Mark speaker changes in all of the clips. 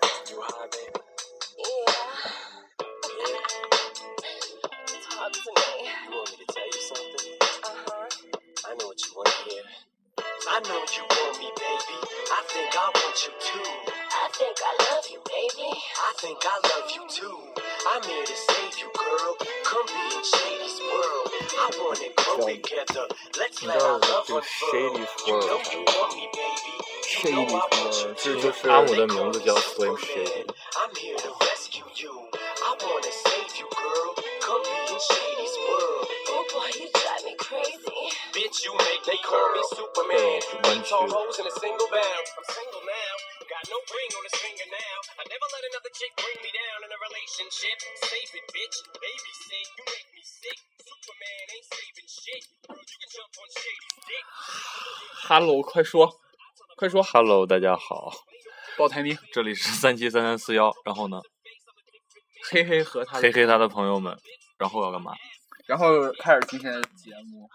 Speaker 1: driving.
Speaker 2: Yeah,
Speaker 1: Yeah.
Speaker 2: talk to me.
Speaker 1: You want me to tell you something?
Speaker 2: Uh huh.
Speaker 1: I know what you want to hear. I know you want me, baby. I think I want you too.
Speaker 2: I think I love you, baby.
Speaker 1: I think I love you too. I'm here to save you, girl. Come be in Shady's world. I want to grow
Speaker 3: Don't-
Speaker 1: together. Let's
Speaker 3: You
Speaker 1: let
Speaker 3: gotta
Speaker 1: our
Speaker 3: look
Speaker 1: love
Speaker 3: through
Speaker 1: unfurl.
Speaker 3: Shady's
Speaker 1: You
Speaker 3: world.
Speaker 1: know you want me, baby. You know I
Speaker 3: Shady's
Speaker 1: want you
Speaker 3: World，这
Speaker 1: too.
Speaker 3: 就是
Speaker 4: 啊我的
Speaker 1: They call
Speaker 4: 名字
Speaker 1: me
Speaker 4: 叫 Slim
Speaker 1: Superman.
Speaker 4: Shady。
Speaker 1: I'm here to rescue you. I want to save you, girl. Come be in Shady's world.
Speaker 2: Oh boy, you drive me crazy.
Speaker 1: Bitch, you make me call me Superman.
Speaker 3: Girl,
Speaker 1: Beats on
Speaker 3: one shoe.
Speaker 1: hoes in a single bound. I'm single now, got no ring on this finger now. I never let another chick bring me down in a relationship. Save it, bitch. Babysit, you make me sick. Superman ain't saving shit. Girl, you can jump on Shady's dick.
Speaker 4: Hello，快说，快说，
Speaker 3: Hello，大家好，
Speaker 4: 报台名，
Speaker 3: 这里是三七三三四幺。然后呢，
Speaker 4: 嘿嘿和他的，
Speaker 3: 嘿嘿，他的朋友们，然后要干嘛？
Speaker 4: 然后开始今天的节目。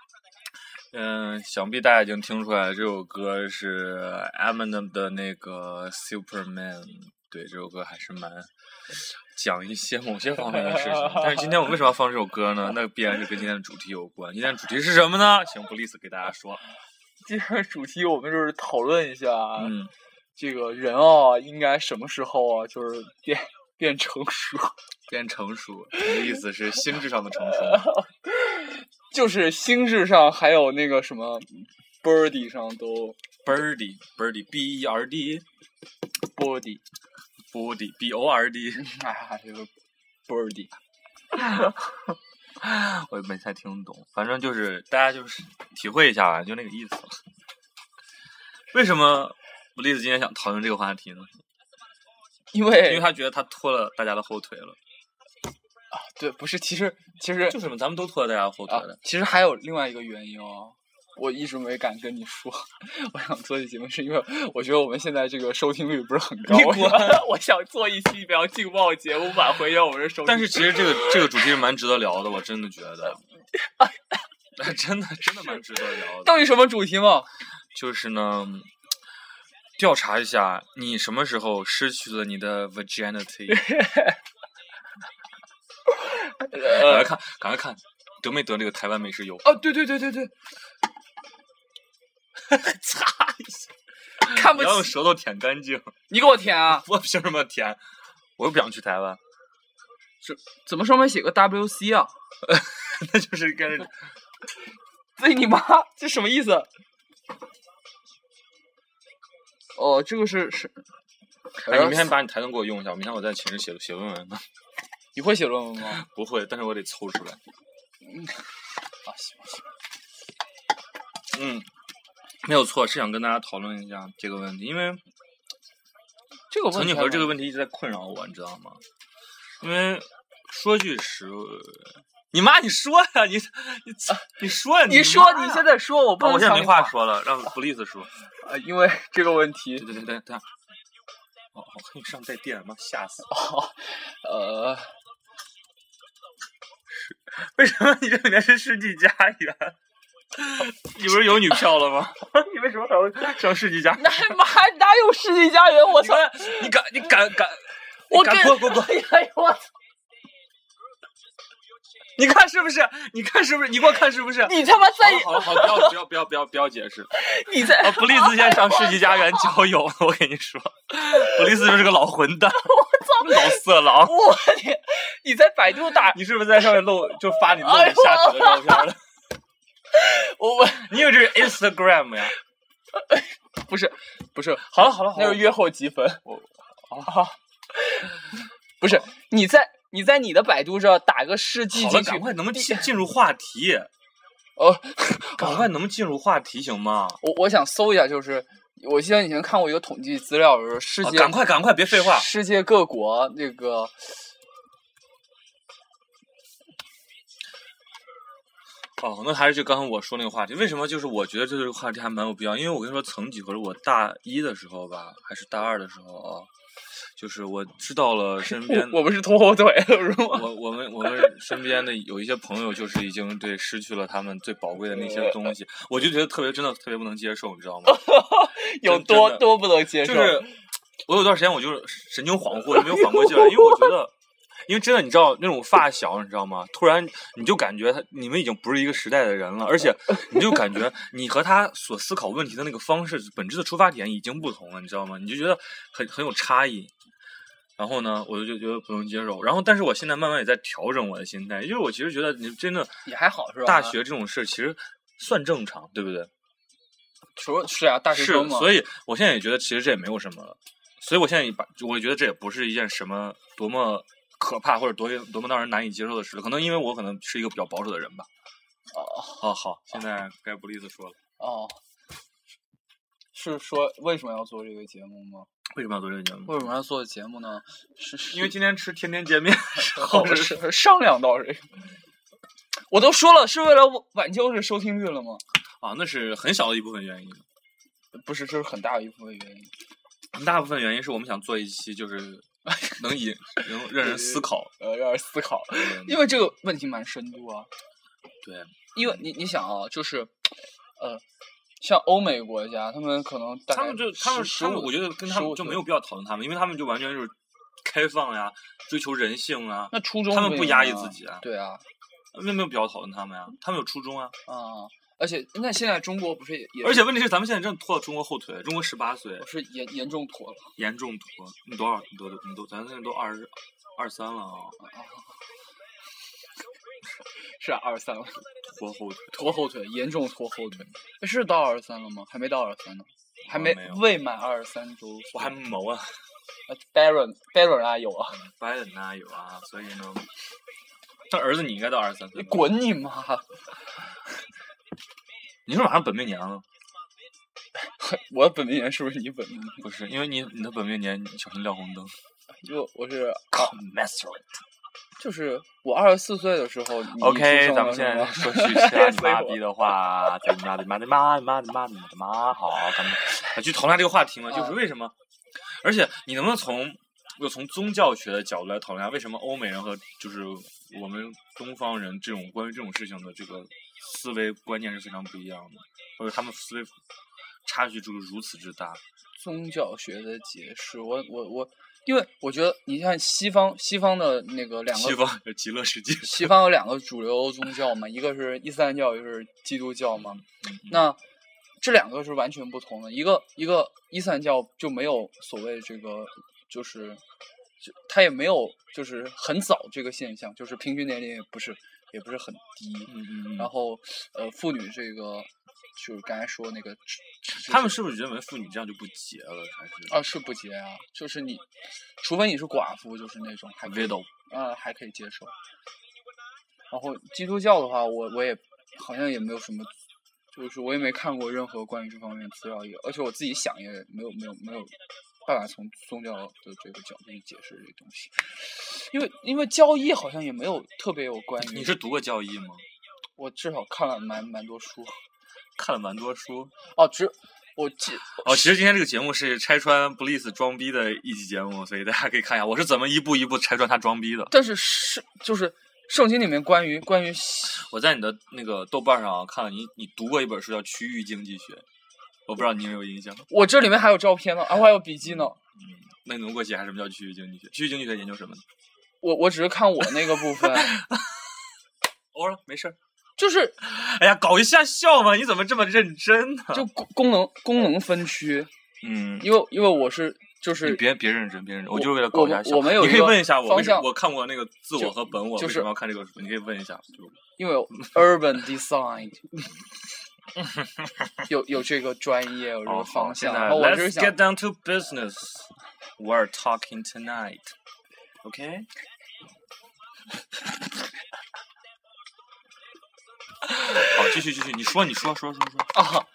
Speaker 3: 嗯，想必大家已经听出来了，这首歌是 Eminem 的那个 Superman。对，这首歌还是蛮讲一些某些方面的事情。但是今天我为什么要放这首歌呢？那必然是跟今天的主题有关。今天的主题是什么呢？请布里斯给大家说。
Speaker 4: 今天的主题我们就是讨论一下，
Speaker 3: 嗯，
Speaker 4: 这个人啊，应该什么时候啊，就是变变成熟，
Speaker 3: 变成熟，你的意思是心智上的成熟吗。
Speaker 4: 就是心智上还有那个什么 birdy 上都
Speaker 3: Birdy Birdy B E R D
Speaker 4: body，
Speaker 3: Body B O R D，
Speaker 4: 哎，这个 birdy，
Speaker 3: 我也没太听懂，反正就是大家就是体会一下吧，就那个意思。为什么布丽子今天想讨论这个话题呢？
Speaker 4: 因
Speaker 3: 因为
Speaker 4: 为
Speaker 3: 他觉得他拖了大家的后腿了，
Speaker 4: 对，不是，其实其实
Speaker 3: 就是嘛，咱们都拖了大家的后腿
Speaker 4: 啊
Speaker 3: 了。，
Speaker 4: 其实还有另外一个原因哦，我一直没敢跟你说， 我想做这节目，是因为我觉得我们现在这个收听率不是很高。
Speaker 3: 你
Speaker 4: 我
Speaker 3: 滚
Speaker 4: 想 我想做一期比较劲爆节目，挽回一下我们的收听。
Speaker 3: 但是其实这个这个主题是蛮值得聊的，我真的觉得，真的真的蛮值得聊的。
Speaker 4: 到底什么主题嘛？
Speaker 3: 就是呢，调查一下你什么时候失去了你的 virginity。赶快看，赶快看，得没得那个台湾美食油？
Speaker 4: 哦，对对对对 对，
Speaker 3: 擦一下，
Speaker 4: 看不
Speaker 3: 你要用
Speaker 4: 起
Speaker 3: 舌头舔干净。
Speaker 4: 你给我填啊！
Speaker 3: 我凭什么舔？我又不想去台湾，
Speaker 4: 怎么上面写个 WC 啊？
Speaker 3: 那就是跟着
Speaker 4: 对你妈，这什么意思？哦，这个是是，
Speaker 3: 哎，你明天把你台灯给我用一下，我明天我在寝室写写论文呢。
Speaker 4: 你会写论文吗？
Speaker 3: 不会，但是我得凑出来。
Speaker 4: 啊，行行。
Speaker 3: 嗯，没有错，是想跟大家讨论一下这个问题，因为
Speaker 4: 这个问
Speaker 3: 曾
Speaker 4: 题
Speaker 3: 几
Speaker 4: 还
Speaker 3: 何时这
Speaker 4: 蛮
Speaker 3: 个问题一直在困扰我，你知道吗？因为说句实，你妈，你说呀，你你啊你说呀，
Speaker 4: 你说你现
Speaker 3: 在，
Speaker 4: 在说，我不
Speaker 3: 啊
Speaker 4: 能
Speaker 3: 我现在
Speaker 4: 抢
Speaker 3: 没
Speaker 4: 你
Speaker 3: 话说了，让布利斯说。
Speaker 4: 呃，因为这个问题
Speaker 3: 对，对对对对。哦，我看你上带电，妈吓死！
Speaker 4: 呃，
Speaker 3: 为什么你这里面是世纪佳缘？你不是有女票了吗？ 你为什么还要上世纪佳？
Speaker 4: 那妈哪有世纪佳缘？我
Speaker 3: 你
Speaker 4: 操！
Speaker 3: 敢，你敢，你敢敢，
Speaker 4: 我
Speaker 3: 你敢
Speaker 4: 跟
Speaker 3: 滚滚滚！
Speaker 4: 哎呀，我操！
Speaker 3: 你看是不是？你看是不是？你给我看是不是？
Speaker 4: 你他妈在
Speaker 3: 好了好了，好了不要不要不要不要不要解释。
Speaker 4: 你在
Speaker 3: 啊，布利斯现在上世纪佳缘交友，我跟你说，布利斯就是个老混蛋，老色狼。
Speaker 4: 我天！你在百度打
Speaker 3: 你是不是在上面露就发你露
Speaker 4: 哎
Speaker 3: 你下体的照片了？
Speaker 4: 我我
Speaker 3: 你以为这是 Instagram 呀？
Speaker 4: 不是不是，
Speaker 3: 好了好了好
Speaker 4: 那
Speaker 3: 了
Speaker 4: 是，约后积分。
Speaker 3: 我
Speaker 4: 啊， 不是你在你在你的百度上打个世纪
Speaker 3: 好了，
Speaker 4: 进去
Speaker 3: 赶，快能不能进进入话题？
Speaker 4: 哦，
Speaker 3: 赶快能不能进入话题行吗？
Speaker 4: 我我想搜一下，就是我记得以前看过一个统计资料，就是世
Speaker 3: 啊
Speaker 4: 界
Speaker 3: 赶快赶快别废话！
Speaker 4: 世界各国那个
Speaker 3: 哦，那还是就刚才我说那个话题，为什么就是我觉得这个话题还蛮有必要？因为我跟你说，曾几何时，我大一的时候吧，还是大二的时候啊，就是我知道了身边
Speaker 4: 我们是拖后腿了，是 吗？
Speaker 3: 我我们我们身边的有一些朋友，就是已经对失去了他们最宝贵的那些东西，我就觉得特别真的特别不能接受，你知道吗？
Speaker 4: 有
Speaker 3: 真
Speaker 4: 多
Speaker 3: 的
Speaker 4: 多不能接
Speaker 3: 就
Speaker 4: 受？
Speaker 3: 是我有段时间我就是神经恍惚，也没有缓过劲儿来，因为我觉得，因为真的你知道那种发小，你知道吗？突然你就感觉他你们已经不是一个时代的人了，而且你就感 觉你和他所思考问题的那个方式，本质的出发点已经不同了，你知道吗？你就觉得很很有差异。然后呢，我就觉得不能接受。然后，但是我现在慢慢也在调整我的心态，因为我其实觉得你真的
Speaker 4: 也还好是吧？啊
Speaker 3: 大学这种事其实算正常，对不对？
Speaker 4: 除是啊，大学
Speaker 3: 是
Speaker 4: 生，嘛，
Speaker 3: 所
Speaker 4: 以
Speaker 3: 以我现在也觉得其实这也没有什么了，所以我现在也把我觉得这也不是一件什么多么可怕或者多多么让人难以接受的事了，可能因为我可能是一个比较保守的人吧。
Speaker 4: 哦
Speaker 3: 哦，好，现在该布利斯说了，
Speaker 4: 哦，是说为什么要做这个节目吗？
Speaker 3: 为什么要做这个节目？
Speaker 4: 为什么要做节目呢？是是
Speaker 3: 因为今天吃天天见面，
Speaker 4: 好
Speaker 3: 是
Speaker 4: 是商量到这个，我都说了是为了挽救这收听率了吗？
Speaker 3: 啊，那是很小的一部分原因，
Speaker 4: 不是，这是很大一部分原因。
Speaker 3: 很大部分原因是我们想做一期就是 能引能让人思考，
Speaker 4: 呃，让人思考，
Speaker 3: 嗯
Speaker 4: 因为这个问题蛮深度啊。
Speaker 3: 对，
Speaker 4: 因为你你想啊，就是，呃，像欧美国家，他们可能大
Speaker 3: 他
Speaker 4: 概
Speaker 3: 们就他们
Speaker 4: 10
Speaker 3: 他们，我觉得跟他们就没。
Speaker 4: 15 15
Speaker 3: 有必要讨论他们，因为他们就完全就是开放呀，追求人性啊，
Speaker 4: 那初中
Speaker 3: 他们
Speaker 4: 一
Speaker 3: 不压
Speaker 4: 样
Speaker 3: 抑
Speaker 4: 啊
Speaker 3: 自己啊
Speaker 4: 对啊，
Speaker 3: 那没有必要讨论他们呀，他们有初衷啊。
Speaker 4: 啊、而且那现在中国不是也也
Speaker 3: 而且问题是，咱们现在正拖到中国后腿，中国十八岁
Speaker 4: 我是严严重妥了
Speaker 3: 严重拖。你多少？你多你都咱现在都二十二三了啊，
Speaker 4: 啊，是二十三了，
Speaker 3: 拖后腿。
Speaker 4: 拖后腿，严重拖后腿，是到二十三了吗？还没到二十三呢，还
Speaker 3: 我
Speaker 4: 没
Speaker 3: 啊没有
Speaker 4: 未满二十三周岁，
Speaker 3: 我还没谋啊，
Speaker 4: 呃 Baron Baron 啊有啊，
Speaker 3: 白人呐有啊，所以呢，他儿子你应该到二十三岁
Speaker 4: 你
Speaker 3: 吧。
Speaker 4: 滚你妈！
Speaker 3: 你是马上本命年了，
Speaker 4: 我本命年是不是你本命年？
Speaker 3: 不是？因为你你的本命年，你小心亮红灯。
Speaker 4: 因为我是
Speaker 3: Come 哦 master it。
Speaker 4: 就是我二十四岁的时候你
Speaker 3: OK，
Speaker 4: 出生
Speaker 3: 咱
Speaker 4: 了
Speaker 3: 们
Speaker 4: 是
Speaker 3: 现在
Speaker 4: 吗
Speaker 3: 说去其他你
Speaker 4: 所以
Speaker 3: 妈
Speaker 4: 我
Speaker 3: 逼的话，在你妈的妈的妈的妈的妈的妈的妈，好，咱们啊去讨论下这个话题嘛，就是
Speaker 4: 啊
Speaker 3: 为什么？而且你能不能从又从宗教学的角度来讨论一下，为什么欧美人和就是我们东方人这种关于这种事情的这个思维观念是非常不一样的，或者他们思维差距就是如此之大？
Speaker 4: 宗教学的解释，我我我，因为我觉得你看西方西方的那个两个
Speaker 3: 西方极乐世界，
Speaker 4: 西方有两个主流宗教嘛，一个是伊斯兰教，一个是基督教嘛。
Speaker 3: 嗯
Speaker 4: 那这两个是完全不同的，一个一个伊斯兰教就没有所谓这个，就是就它也没有就是很早这个现象，就是平均年龄也不是也不是很低。
Speaker 3: 嗯嗯
Speaker 4: 然
Speaker 3: 嗯，
Speaker 4: 后呃，妇女这个就是刚才说那个，
Speaker 3: 他们是不是认为妇女这样就不洁了？还是
Speaker 4: 啊，是不结啊，就是你，除非你是寡妇，就是那种还可以
Speaker 3: widow？
Speaker 4: 啊，还可以接受。然后基督教的话，我我也好像也没有什么，就是我也没看过任何关于这方面的资料也，而且我自己想也没有没有没有办法从宗教的这个角度去解释这个东西，因为因为教义好像也没有特别有关于，
Speaker 3: 你是读过教义吗？
Speaker 4: 我至少看了蛮蛮多书
Speaker 3: 看了蛮多书。
Speaker 4: 哦，只我记
Speaker 3: 哦，其实今天这个节目是拆穿 Bliss 装逼的一期节目，所以大家可以看一下我是怎么一步一步拆穿他装逼的。
Speaker 4: 但是是就是圣经里面关于关于
Speaker 3: 我在你的那个豆瓣上啊看了你，你读过一本书叫《区域经济学》，我不知道你有没有印象。
Speaker 4: 我这里面还有照片呢，啊，我还有笔记呢。
Speaker 3: 那你能给我解释什么叫区域经济学？区域经济学研究什么的？
Speaker 4: 我我只是看我那个 部分，
Speaker 3: 哦，没事儿。
Speaker 4: 就是
Speaker 3: 哎呀，搞一下笑嘛，你怎么这么认真呢？
Speaker 4: 就功功能功能分区，
Speaker 3: 嗯，
Speaker 4: 因为因为我是就
Speaker 3: 你
Speaker 4: 是
Speaker 3: 别别认真，别认真，我
Speaker 4: 我
Speaker 3: 就是为了
Speaker 4: 我
Speaker 3: 搞一下
Speaker 4: 们
Speaker 3: 笑。
Speaker 4: 我们有
Speaker 3: 你
Speaker 4: 一
Speaker 3: 可以
Speaker 4: 个
Speaker 3: 问一下我，
Speaker 4: 方
Speaker 3: 为什么
Speaker 4: 向
Speaker 3: 我看过那个自我
Speaker 4: 就
Speaker 3: 和本我，
Speaker 4: 就
Speaker 3: 为什
Speaker 4: 是
Speaker 3: 么要看这个书？你可以问一下。就
Speaker 4: 因为有 urban design 有有这个专业有这
Speaker 3: 哦，好，
Speaker 4: 个方
Speaker 3: 现
Speaker 4: 向，
Speaker 3: 在
Speaker 4: 然后我只是
Speaker 3: Let's
Speaker 4: 想
Speaker 3: get down to business. We're talking tonight. OK. 好，继续继续，你说你说说说说。
Speaker 4: 啊，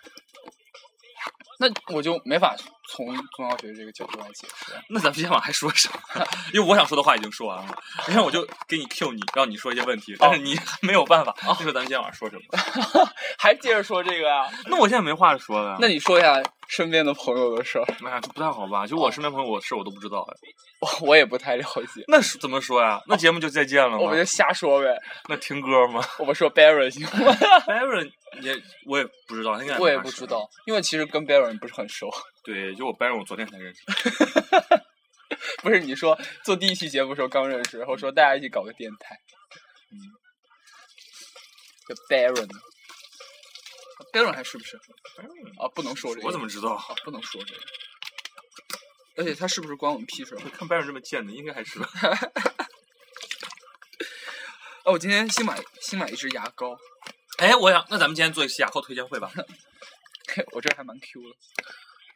Speaker 4: 那我就没法从宗教学这个角度来解释了。
Speaker 3: 那咱们今天晚上还说啥？ 因为我想说的话已经说完了，你看我就给你 Q 你，让你说一些问题，但是你没有办法。你说咱们今天晚上说什么？
Speaker 4: 还接着说这个啊？
Speaker 3: 那我现在没话说了。
Speaker 4: 那你说一下身边的朋友的事儿，
Speaker 3: 那就不太好吧？就我身边朋友我的事儿我都不知道哎。
Speaker 4: 我我也不太了解，
Speaker 3: 那是怎么说呀？那节目就再见了
Speaker 4: 我
Speaker 3: 吗
Speaker 4: 们？就瞎说呗。
Speaker 3: 那听歌吗
Speaker 4: 我们说 Baron 行吗？
Speaker 3: ？Baron 也我也不知道，应该
Speaker 4: 我也不知。道，因为其实跟 Baron 不是很熟。
Speaker 3: 对，就我 Baron 我昨天才认识。
Speaker 4: 不是你说做第一期节目的时候刚认识，然后说大家一起搞个电台，嗯，叫 Baron。Baron 还是不是啊？不能说这个，
Speaker 3: 我怎么知道？
Speaker 4: 啊？不能说这个。而且他是不是关我们屁事儿？
Speaker 3: 我看 Baron 这么贱的，应该还是吧。
Speaker 4: 哦，我今天新买新买一支牙膏，
Speaker 3: 哎，我想，那咱们今天做一期牙膏推荐 会吧？
Speaker 4: 嘿我这还蛮 Q 的。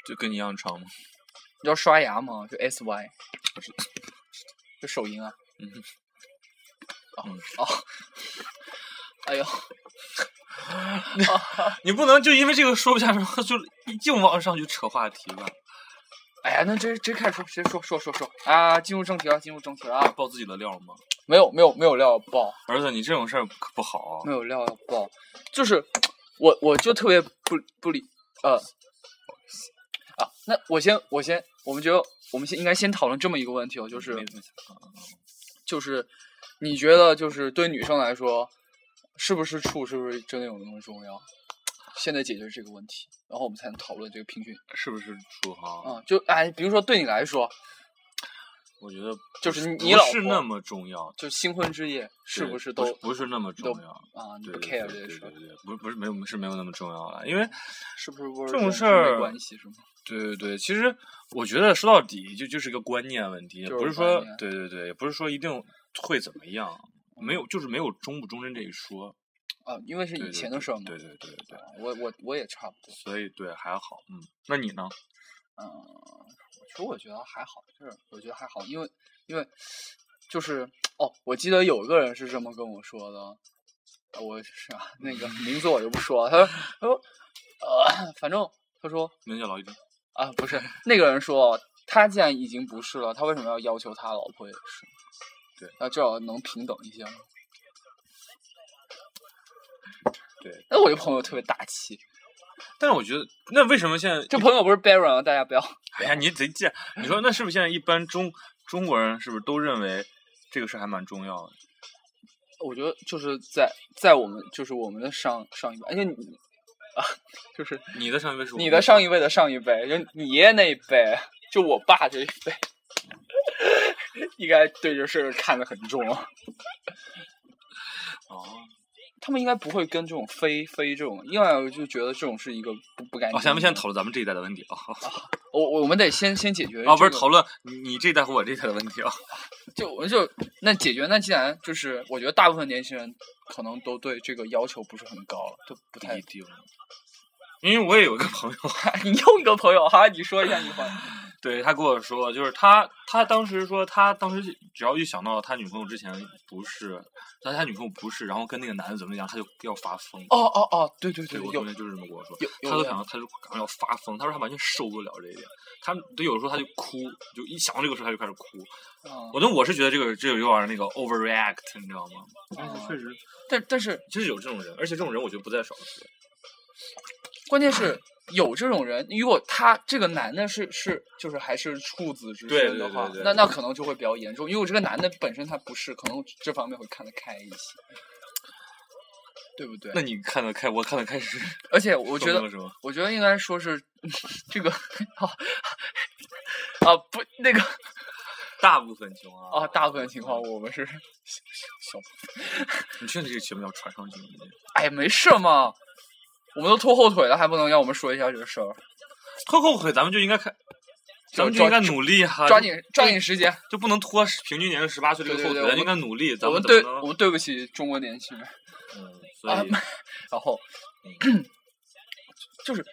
Speaker 3: 就跟你一样长吗？
Speaker 4: 你知道刷牙吗？就 S Y，就手淫啊。
Speaker 3: 嗯哼
Speaker 4: 哦
Speaker 3: 嗯
Speaker 4: 哦，哎呦，
Speaker 3: 你不能就因为这个说不下去，然后就硬往上去扯话题吧，
Speaker 4: 哎呀，那真真开始说，直接说说说说啊！进入正题了，进入正题了啊！
Speaker 3: 爆自己的料吗？
Speaker 4: 没有没有没有料要爆，
Speaker 3: 儿子，你这种事儿可不好啊
Speaker 4: 没。有料要爆，就是我我就特别不不理呃啊，那我先我先，我们觉得我们先应该先讨论这么一个问题哦，就是
Speaker 3: 没这么想啊
Speaker 4: 就是你觉得就是对女生来说，是不是处是不是真的有那么重要？现在解决这个问题，然后我们才能讨论这个平均
Speaker 3: 是不是猪哈？
Speaker 4: 啊、就哎，比如说对你来说，
Speaker 3: 我觉得
Speaker 4: 就是你
Speaker 3: 不
Speaker 4: 你老
Speaker 3: 是
Speaker 4: 婆
Speaker 3: 那么重要，
Speaker 4: 就新婚之夜是
Speaker 3: 对
Speaker 4: 不
Speaker 3: 不
Speaker 4: 是都
Speaker 3: 不是那么
Speaker 4: 都
Speaker 3: 重要？
Speaker 4: 啊？你
Speaker 3: 对
Speaker 4: 不
Speaker 3: 对
Speaker 4: care 这
Speaker 3: 对
Speaker 4: 些
Speaker 3: 对
Speaker 4: 事儿
Speaker 3: 对，对，不是不是没有是没有那么重要了，因为
Speaker 4: 是不是不是
Speaker 3: 这种事
Speaker 4: 没
Speaker 3: 儿
Speaker 4: 关系是吗？
Speaker 3: 对对对，其实我觉得说到底就就是一个观念问题，也
Speaker 4: 就是
Speaker 3: 不是
Speaker 4: 观
Speaker 3: 说
Speaker 4: 念
Speaker 3: 对对对，也不是说一定会怎么样，没有就是没有忠不忠贞这一说。
Speaker 4: 啊，因为是
Speaker 3: 对对
Speaker 4: 以前
Speaker 3: 对
Speaker 4: 的事儿嘛。
Speaker 3: 对对对对，
Speaker 4: 啊我我我也差不多。
Speaker 3: 所以对还好，嗯，那你呢？
Speaker 4: 嗯，其实我觉得还好，就是我觉得还好，因为因为就是哦，我记得有一个人是这么跟我说的，呃我是啊，那个名字我就不说了，他说他说呃，反正他说
Speaker 3: 能叫老一点。
Speaker 4: 啊，不是那个人说，他既然已经不是了，他为什么要要求他老婆也是？
Speaker 3: 对，
Speaker 4: 那至少能平等一些嘛。
Speaker 3: 对，
Speaker 4: 哎那我这朋友特别大气，
Speaker 3: 但是我觉得，那为什么现在
Speaker 4: 这朋友不是 Baron 啊，大家不要。
Speaker 3: 哎呀，你贼贱！你说那是不是现在一般中中国人是不是都认为这个事儿还蛮重要的？
Speaker 4: 我觉得就是在在我们就是我们的上上一辈，而哎且你啊，就是
Speaker 3: 你的上一位是我
Speaker 4: 你的上
Speaker 3: 一
Speaker 4: 一辈的上一辈，就你爷爷那一辈，就我爸这一辈， 应该对这事儿看得很重。
Speaker 3: 哦，
Speaker 4: 他们应该不会跟这种非非这种，因为我就觉得这种是一个不不干净的。
Speaker 3: 哦，咱们先讨论咱们这一代的问题啊！
Speaker 4: 我我我们得先先解决、
Speaker 3: 啊，不是讨
Speaker 4: 讨，
Speaker 3: 论你你这一代和我这一代的问题啊！
Speaker 4: 就我就那解决那既然就是我觉得大部分年轻人可能都对这个要求不是很高了，都不太。
Speaker 3: 定，因为我也有一个朋友，
Speaker 4: 你又一个朋友哈，你说一下你朋友。
Speaker 3: 对他跟我说，就是他他当时说，他当时只要一想到他女朋友之前不是，但他女朋友不是，然后跟那个男的怎么样，他就要发疯。
Speaker 4: 哦哦哦，对对
Speaker 3: 对，
Speaker 4: 对，
Speaker 3: 我
Speaker 4: 有
Speaker 3: 同学就是这么跟我说，
Speaker 4: 有有
Speaker 3: 他都
Speaker 4: 的
Speaker 3: 想要，他就感觉要发疯。他说他完全受不了这一点，他对有时候他就哭，就一想到这个事儿他就开始哭。
Speaker 4: 嗯
Speaker 3: 我觉得我是觉得这个这个有点儿那个 overreact，你知道吗？但是
Speaker 4: 啊
Speaker 3: 确实，
Speaker 4: 但但是
Speaker 3: 就是有这种人，而且这种人我觉得不在少数。
Speaker 4: 关键是有这种人，如果他这个男的是是就是还是处子之
Speaker 3: 对
Speaker 4: 身的
Speaker 3: 对
Speaker 4: 话
Speaker 3: 对，对
Speaker 4: 那
Speaker 3: 对
Speaker 4: 那可能就会比较严重，因为我这个男的本身他不是，可能这方面会看得开一些，对不对？
Speaker 3: 那你看得开，我看得开是，
Speaker 4: 而且我觉得
Speaker 3: 是吗？
Speaker 4: 我觉得应该说是这个啊 啊不那个
Speaker 3: 大部分情况
Speaker 4: 啊，大部分情况我们是小
Speaker 3: 你确实这个节目要传上去吗。
Speaker 4: 哎没事嘛，我们都拖后腿了，还不能让我们说一下这个事儿？
Speaker 3: 拖后腿，咱们就应该看，咱们就
Speaker 4: 抓
Speaker 3: 应该努力哈，
Speaker 4: 抓紧抓
Speaker 3: 哎
Speaker 4: 紧时间，
Speaker 3: 就不能拖平均年龄十八岁这个
Speaker 4: 对对
Speaker 3: 后
Speaker 4: 对
Speaker 3: 腿，
Speaker 4: 我
Speaker 3: 咱应
Speaker 4: 们
Speaker 3: 该努力。咱
Speaker 4: 我们
Speaker 3: 怎么
Speaker 4: 对我
Speaker 3: 能？
Speaker 4: 们对不起中国年轻人。
Speaker 3: 嗯，所
Speaker 4: 啊
Speaker 3: 以，
Speaker 4: 然后就是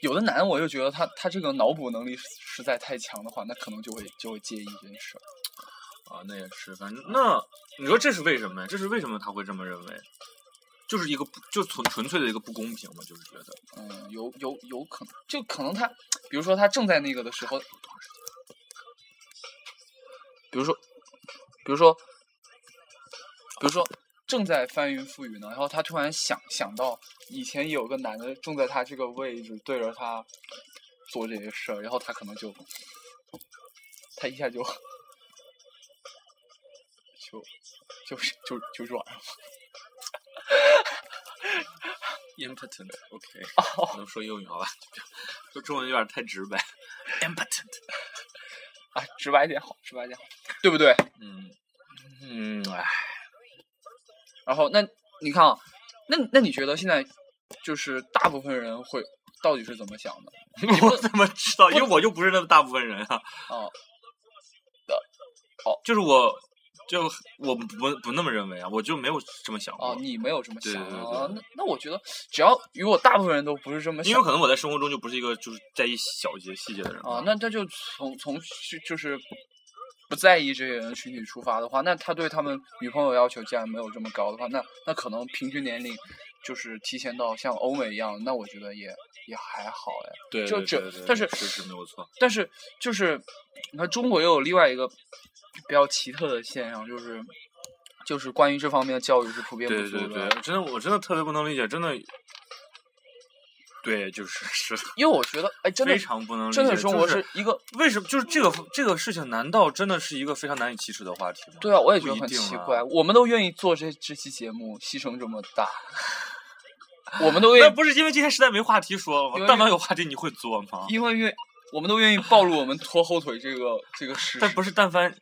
Speaker 4: 有的男的我就觉得他他这个脑补能力实在太强的话，那可能就会就会介意这件事儿。
Speaker 3: 啊，那也是，反正那你说这是为什么呀？这是为什么他会这么认为？就是一个不就纯纯粹的一个不公平嘛，就是觉得
Speaker 4: 嗯，有有有可能，就可能他，比如说他正在那个的时候，比如说，比如说，比如说正在翻云覆雨呢，然后他突然想想到以前有个男的正在他这个位置对着他做这些事儿，然后他可能就他一下就就就是就就软了。
Speaker 3: impotent，OK，、能 说英语好吧？说 中文有点太直白。impotent，
Speaker 4: 啊，直白点好，直白点好，对不对？
Speaker 3: 嗯嗯，哎，
Speaker 4: 然后那你看啊，那那你觉得现在就是大部分人会到底是怎么想的？
Speaker 3: 我怎么知道？因为我就不是那么大部分人啊。
Speaker 4: 哦，
Speaker 3: 就是我，就我不不那么认为啊，我就没有这么想过。
Speaker 4: 哦，你没有这么
Speaker 3: 对
Speaker 4: 想
Speaker 3: 对对
Speaker 4: 啊？
Speaker 3: 对
Speaker 4: 那那我觉得，只要如果大部分人都不是这么
Speaker 3: 因
Speaker 4: 想
Speaker 3: 为可能我在生活中就不是一个就是在意小节细节的人
Speaker 4: 啊
Speaker 3: 吧，
Speaker 4: 那他就从从是就是不在意这些人群体出发的话，那他对他们女朋友要求既然没有这么高的话，那那可能平均年龄就是提前到像欧美一样，那我觉得也也还好哎。
Speaker 3: 对
Speaker 4: 就
Speaker 3: 对
Speaker 4: 这
Speaker 3: 对对
Speaker 4: 但是
Speaker 3: 确实没有错。
Speaker 4: 但是就是你看中国又有另外一个比较奇特的现象，就是就是关于这方面的教育是普遍不
Speaker 3: 对
Speaker 4: 足
Speaker 3: 对
Speaker 4: 的。
Speaker 3: 对，真的我真的特别不能理解，真的，对，就是是
Speaker 4: 因为我觉得哎，真的
Speaker 3: 非常不能理解。
Speaker 4: 真的中国
Speaker 3: 就是
Speaker 4: 一个
Speaker 3: 为什么就是这个这个事情，难道真的是一个非常难以启齿的话题吗？
Speaker 4: 对啊，我也
Speaker 3: 不
Speaker 4: 觉得
Speaker 3: 一
Speaker 4: 很
Speaker 3: 定
Speaker 4: 奇
Speaker 3: 啊
Speaker 4: 怪，我们都愿意做这这期节目，牺牲这么大， 我们都愿
Speaker 3: 那
Speaker 4: 意，
Speaker 3: 不是因为今天实在没话题说
Speaker 4: 因
Speaker 3: 吗？
Speaker 4: 为
Speaker 3: 但凡有话题，你会做吗？
Speaker 4: 因为愿，我们都愿意暴露我们拖后腿这个这个事实。
Speaker 3: 但不是，但 凡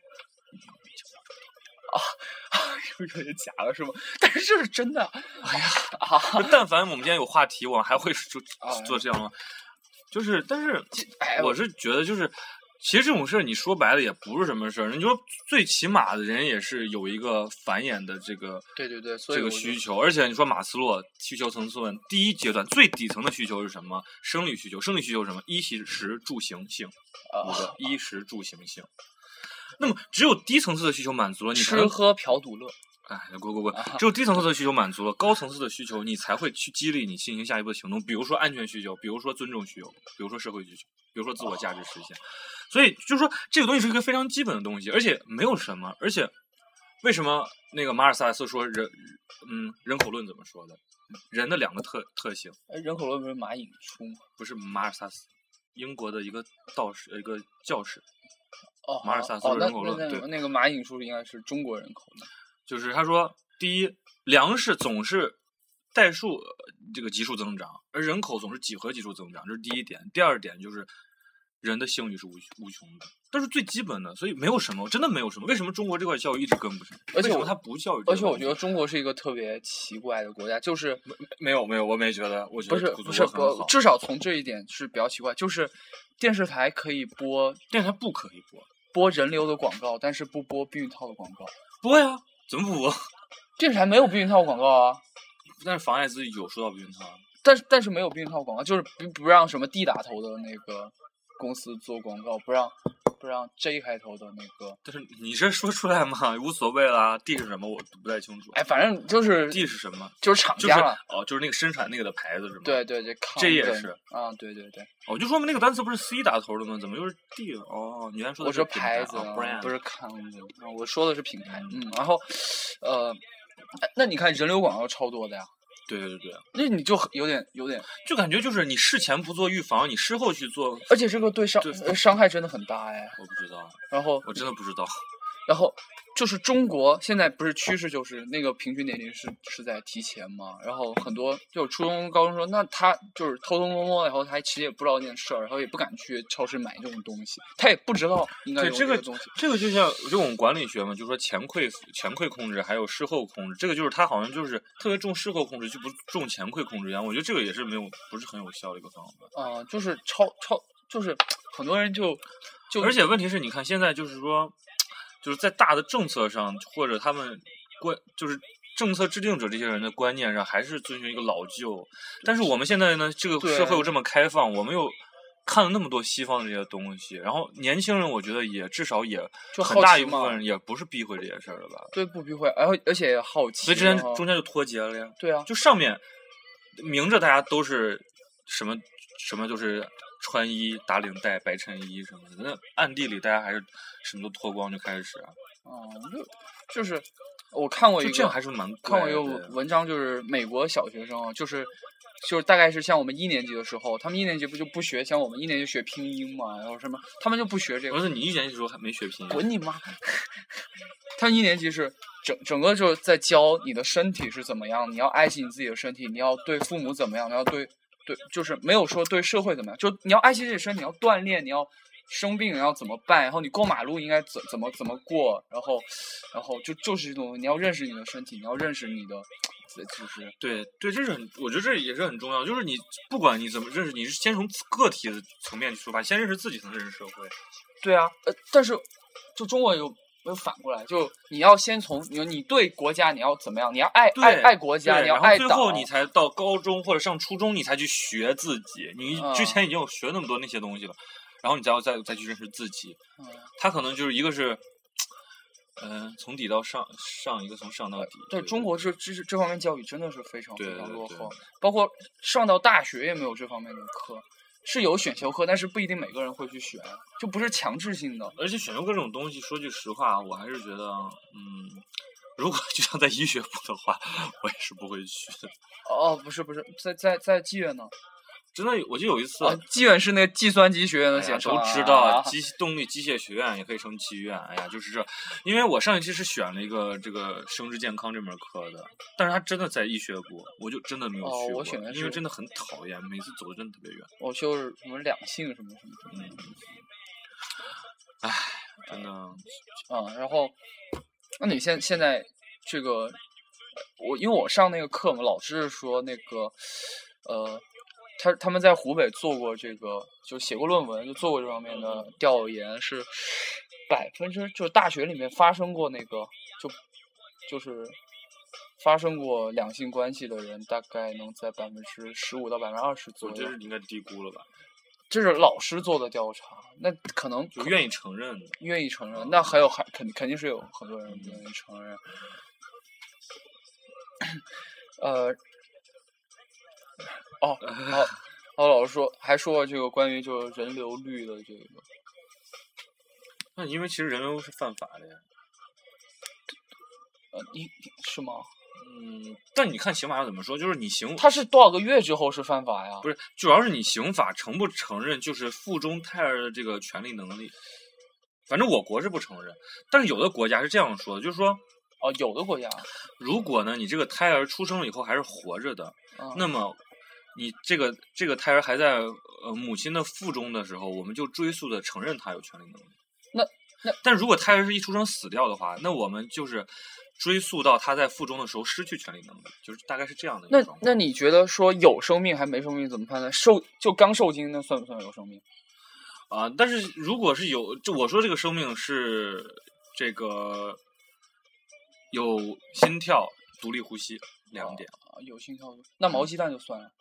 Speaker 4: 是有点假了是吗？但是这是真的。哎呀，啊，
Speaker 3: 不是但凡我们今天有话题，我们还会 就
Speaker 4: 哎
Speaker 3: 做这样吗？就是，但是
Speaker 4: 哎，
Speaker 3: 我是觉得就是。其实这种事儿，你说白了也不是什么事儿。你说最起码的人也是有一个繁衍的这个
Speaker 4: 对对对，所以
Speaker 3: 这个
Speaker 4: 我就
Speaker 3: 需求，而且你说马斯洛需求层次论第一阶段最底层的需求是什么？生理需求，生理需求是什么？衣食住行性，
Speaker 4: 啊
Speaker 3: 五个衣食住行性。那么只有低层次的需求满足了，你才
Speaker 4: 吃
Speaker 3: 能
Speaker 4: 喝嫖赌乐，
Speaker 3: 哎滚滚滚！只有低层次的需求满足了，高层次的需求你才会去激励你进行下一步的行动，比如说安全需求，比如说尊重需求，比如说社会需求，比如说自我价值实现。所以就是说，这个东西是一个非常基本的东西，而且没有什么，而且为什么那个马尔萨斯说人，嗯，人口论怎么说的？人的两个特特性，
Speaker 4: 哎人口论不是马引出吗？
Speaker 3: 不是马尔萨斯，英国的一个道士，呃一个教士，
Speaker 4: 哦，
Speaker 3: 马尔
Speaker 4: 好
Speaker 3: 萨斯
Speaker 4: 哦，那
Speaker 3: 人口论
Speaker 4: 那那
Speaker 3: 对
Speaker 4: 那个马引出应该是中国人口论。
Speaker 3: 就是他说，第一，粮食总是代数呃这个级数增长，而人口总是几何级数增长，这是第一点。第二点就是人的性欲是无无穷的，这是最基本的，所以没有什么，真的没有什么。为什么中国这块教育一直跟不上？
Speaker 4: 而且
Speaker 3: 为什
Speaker 4: 我
Speaker 3: 么他不教育这个
Speaker 4: 而
Speaker 3: 问
Speaker 4: 且
Speaker 3: 题？
Speaker 4: 我觉得中国是一个特别奇怪的国家，就是
Speaker 3: 没有没有，我没觉得，我觉
Speaker 4: 不
Speaker 3: 得
Speaker 4: 是
Speaker 3: 古
Speaker 4: 不
Speaker 3: 族
Speaker 4: 是
Speaker 3: 国很
Speaker 4: 不，
Speaker 3: 好
Speaker 4: 至少从这一点是比较奇怪，就是电视台可以播
Speaker 3: 电视台不可以播，
Speaker 4: 播人流的广告，但是不播避孕套的广告。
Speaker 3: 播呀，怎么不播？
Speaker 4: 电视台没有避孕套广告啊，
Speaker 3: 但是妨碍自己有说到避孕套啊。
Speaker 4: 但是但是没有避孕套广告，就是不不让什么 D 打头的那个公司做广告，不让不让 J 开头的那个，
Speaker 3: 但是你这说出来嘛，无所谓啦。D 是什么？我不太清楚。
Speaker 4: 哎，反正就是
Speaker 3: ，D 是什么？
Speaker 4: 就是厂
Speaker 3: 就是
Speaker 4: 家了。
Speaker 3: 哦，就是那个生产那个的牌子是吗？
Speaker 4: 对对对，
Speaker 3: 这也
Speaker 4: condom
Speaker 3: 是
Speaker 4: 啊，对对对，
Speaker 3: 哦我就说明那个单词不是 C 打头的吗？怎么又是 D 了？哦，你原来说
Speaker 4: 我
Speaker 3: 的
Speaker 4: 说
Speaker 3: 是品牌
Speaker 4: 牌子
Speaker 3: 啊
Speaker 4: 啊
Speaker 3: ，brand
Speaker 4: 不是 condom，啊我说的是品牌，嗯，然后呃，哎那你看人流广告超多的呀，
Speaker 3: 对对对对，
Speaker 4: 那你就很有点有点，
Speaker 3: 就感觉就是你事前不做预防，你事后去做，
Speaker 4: 而且这个对伤
Speaker 3: 对
Speaker 4: 呃伤害真的很大哎，
Speaker 3: 我不知道，
Speaker 4: 然后
Speaker 3: 我真的不知道。
Speaker 4: 然后就是中国现在不是趋势，就是那个平均年龄是是在提前嘛，然后很多就初中高中说，那他就是偷偷摸摸，然后他其实也不知道那件事儿，然后也不敢去超市买这种东西，他也不知道应该
Speaker 3: 对
Speaker 4: 有
Speaker 3: 这
Speaker 4: 个
Speaker 3: 个
Speaker 4: 东西。
Speaker 3: 这个就像这种管理学嘛，就说前馈前馈控制还有事后控制，这个就是他好像就是特别重事后控制，就不重前馈控制一样。我觉得这个也是没有不是很有效的一个方法。
Speaker 4: 啊、就是超超就是很多人就就
Speaker 3: 而且问题是，你看现在就是说，就是在大的政策上，或者他们观就是政策制定者这些人的观念上，还是遵循一个老旧。但是我们现在呢，这个
Speaker 4: 对
Speaker 3: 社会又这么开放，我们又看了那么多西方的这些东西，然后年轻人我觉得也至少也
Speaker 4: 就
Speaker 3: 很
Speaker 4: 好
Speaker 3: 大
Speaker 4: 奇
Speaker 3: 一部
Speaker 4: 嘛
Speaker 3: 分人也不是避讳这些事儿了吧？
Speaker 4: 对不避讳，然后而且也好奇，
Speaker 3: 所以之前
Speaker 4: 然后
Speaker 3: 中间就脱节了呀。
Speaker 4: 对啊，
Speaker 3: 就上面明着大家都是什么什么，就是穿衣打领带、白衬衣什么的，那暗地里大家还是什么都脱光就开始啊，
Speaker 4: 啊、就就是我看过一
Speaker 3: 就
Speaker 4: 个
Speaker 3: 这样还是蛮
Speaker 4: 看
Speaker 3: 怪
Speaker 4: 过一个
Speaker 3: 的
Speaker 4: 文文章，就是美国小学生啊，就是就是大概是像我们一年级的时候，他们一年级不就不学，像我们一年级学拼音嘛，然后什么，他们就不学这
Speaker 3: 不
Speaker 4: 个。
Speaker 3: 是你一年级的时候还没学拼音，
Speaker 4: 滚你妈！ 他们一年级是整整个就是在教你的身体是怎么样，你要爱惜你自己的身体，你要对父母怎么样，你要对对，就是没有说对社会怎么样，就你要爱惜自己的身体，你要锻炼，你要生病你要怎么办，然后你过马路应该怎怎么怎么过，然后然后就就是这种，你要认识你的身体，你要认识你的，就是
Speaker 3: 对对，这是很，我觉得这也是很重要。就是你不管你怎么认识，你是先从个体的层面去出发，先认识自己，才能认识社会。
Speaker 4: 对啊，呃，但是就中国有没有反过来？就你要先从你你对国家你要怎么样？你要爱
Speaker 3: 对
Speaker 4: 爱爱国家，
Speaker 3: 对
Speaker 4: 你要
Speaker 3: 然后
Speaker 4: 爱
Speaker 3: 最
Speaker 4: 党。
Speaker 3: 后你才到高中或者上初中，你才去学自己。你
Speaker 4: 嗯
Speaker 3: 之前已经有学那么多那些东西了，然后你再要再再去认识自己。
Speaker 4: 嗯
Speaker 3: 他可能就是一个是，嗯、从底到上，上一个从上到底。
Speaker 4: 对中国这知识这方面教育真的是非常非
Speaker 3: 对
Speaker 4: 常
Speaker 3: 对
Speaker 4: 落
Speaker 3: 对
Speaker 4: 后，包括上到大学也没有这方面的课，是有选修课，但是不一定每个人会去选，就不是强制性的。
Speaker 3: 而且选修课这种东西，说句实话，我还是觉得，嗯，如果 就像在医学部的话，我也是不会去的。
Speaker 4: 哦，不是不是，在在在技院呢，
Speaker 3: 真的，我就有一次，
Speaker 4: 啊，技院是那个计算机学院的啊
Speaker 3: 哎呀
Speaker 4: 简称、
Speaker 3: 都知 道，机动力机械学院也可以称机院。哎呀，就是这，因为我上一期是选了一个这个生殖健康这门课的，但是它真的在医学部，我就真的没有
Speaker 4: 哦
Speaker 3: 去过，
Speaker 4: 我选的
Speaker 3: 因为
Speaker 4: 是
Speaker 3: 真的很讨厌，每次走的真的特别远。
Speaker 4: 我就是什么两性什么什么什么。
Speaker 3: 嗯，唉，真的，
Speaker 4: 啊、然后，那你现现在这个，我因为我上那个课嘛，老师是说那个，呃，他他们在湖北做过这个，就写过论文，就做过这方面的调研，是百分之就是大学里面发生过那个，就就是发生过两性关系的人，大概能在百分之十五到百分之二十左
Speaker 3: 我
Speaker 4: 右。
Speaker 3: 觉得你应该低估了吧，
Speaker 4: 这是老师做的调查，那可能
Speaker 3: 就愿意承认的。
Speaker 4: 愿意承认，那还有还肯肯定是有很多人不愿意承认。呃，哦，然后然后老师说还说了这个关于就人流率的这个，
Speaker 3: 那因为其实人流是犯法的呀。
Speaker 4: 呃，你是吗？
Speaker 3: 嗯，但你看刑法上怎么说，就是你刑
Speaker 4: 他是多少个月之后是犯法呀？
Speaker 3: 不是，主要是你刑法承不承认，就是附中胎儿的这个权利能力。反正我国是不承认，但是有的国家是这样说的，就是说，
Speaker 4: 哦，有的国家，
Speaker 3: 如果呢你这个胎儿出生了以后还是活着的，
Speaker 4: 嗯、
Speaker 3: 那么你这个这个胎儿还在呃母亲的腹中的时候，我们就追溯的承认他有权利能力。
Speaker 4: 那那
Speaker 3: 但如果胎儿是一出生死掉的话，那我们就是追溯到他在腹中的时候失去权利能力，就是大概是这样的一
Speaker 4: 那
Speaker 3: 个状况。
Speaker 4: 那你觉得说有生命还没生命怎么判断？受就刚受精那算不算有生命？
Speaker 3: 啊，但是如果是有，就我说这个生命是这个有心跳、独立呼吸两点，
Speaker 4: 啊，有心跳，那
Speaker 3: 嗯
Speaker 4: 毛鸡蛋就算了。